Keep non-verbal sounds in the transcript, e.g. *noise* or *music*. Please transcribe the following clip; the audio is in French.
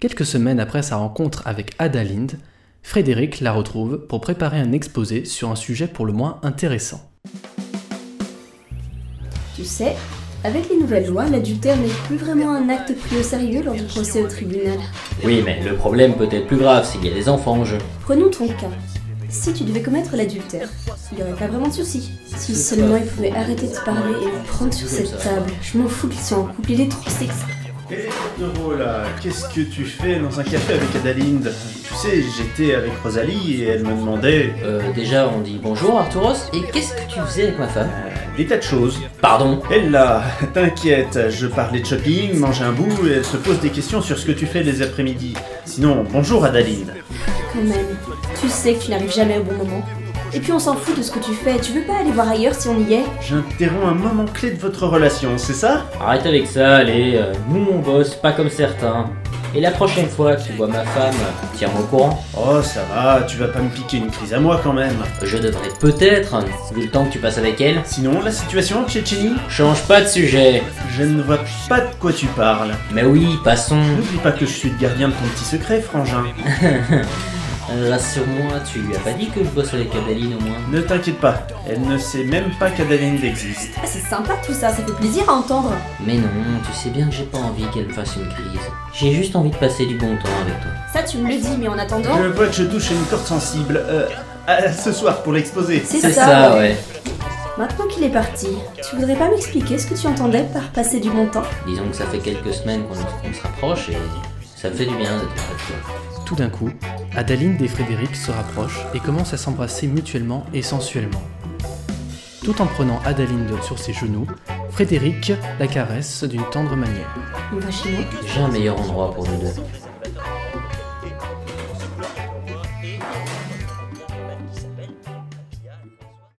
Quelques semaines après sa rencontre avec Ada Lind, Frédéric la retrouve pour préparer un exposé sur un sujet pour le moins intéressant. Tu sais, avec les nouvelles lois, l'adultère n'est plus vraiment un acte pris au sérieux lors du procès au tribunal. Oui, mais le problème peut être plus grave s'il y a des enfants en jeu. Prenons ton cas. Si tu devais commettre l'adultère, il n'y aurait pas vraiment de souci. Si seulement ils pouvaient arrêter de parler et me prendre sur cette table. Je m'en fous qu'ils soient en couple, il est trop sexy. Hé, Toro, là, qu'est-ce que tu fais dans un café avec Adalinde Tu sais, j'étais avec Rosalie et elle me demandait Euh, déjà, on dit bonjour Arturos, et qu'est-ce que tu faisais avec ma femme euh, des tas de choses. Pardon Elle là, *laughs* t'inquiète, je parlais de shopping, mangeais un bout et elle se pose des questions sur ce que tu fais les après-midi. Sinon, bonjour Adalinde. Quand même, tu sais que tu n'arrives jamais au bon moment. Et puis on s'en fout de ce que tu fais, tu veux pas aller voir ailleurs si on y est J'interromps un moment clé de votre relation, c'est ça Arrête avec ça, allez, euh, nous on bosse, pas comme certains. Et la prochaine fois que tu vois ma femme, euh, tiens-moi au courant. Oh, ça va, tu vas pas me piquer une crise à moi quand même. Je devrais peut-être, hein, vu le temps que tu passes avec elle. Sinon, la situation en Tchétchénie Change pas de sujet. Je ne vois pas de quoi tu parles. Mais oui, passons. N'oublie pas que je suis le gardien de ton petit secret, frangin. Euh, Rassure-moi, tu lui as pas dit que je bosse avec Adeline au moins. Ne t'inquiète pas, elle ne sait même pas qu'Adalinde existe. Ah, c'est sympa tout ça, ça fait plaisir à entendre. Mais non, tu sais bien que j'ai pas envie qu'elle me fasse une crise. J'ai juste envie de passer du bon temps avec toi. Ça, tu me le dis, mais en attendant. Je vois que je touche à une corde sensible. Euh, à ce soir pour l'exposer. C'est C'est ça. ça, ouais. Maintenant qu'il est parti, tu voudrais pas m'expliquer ce que tu entendais par passer du bon temps Disons que ça fait quelques semaines qu'on qu'on se rapproche et ça me fait du bien d'être près de toi. Tout d'un coup, Adalinde et Frédéric se rapprochent et commencent à s'embrasser mutuellement et sensuellement. Tout en prenant Adalinde sur ses genoux, Frédéric la caresse d'une tendre manière. On va chez moi. J'ai un meilleur endroit pour nous deux.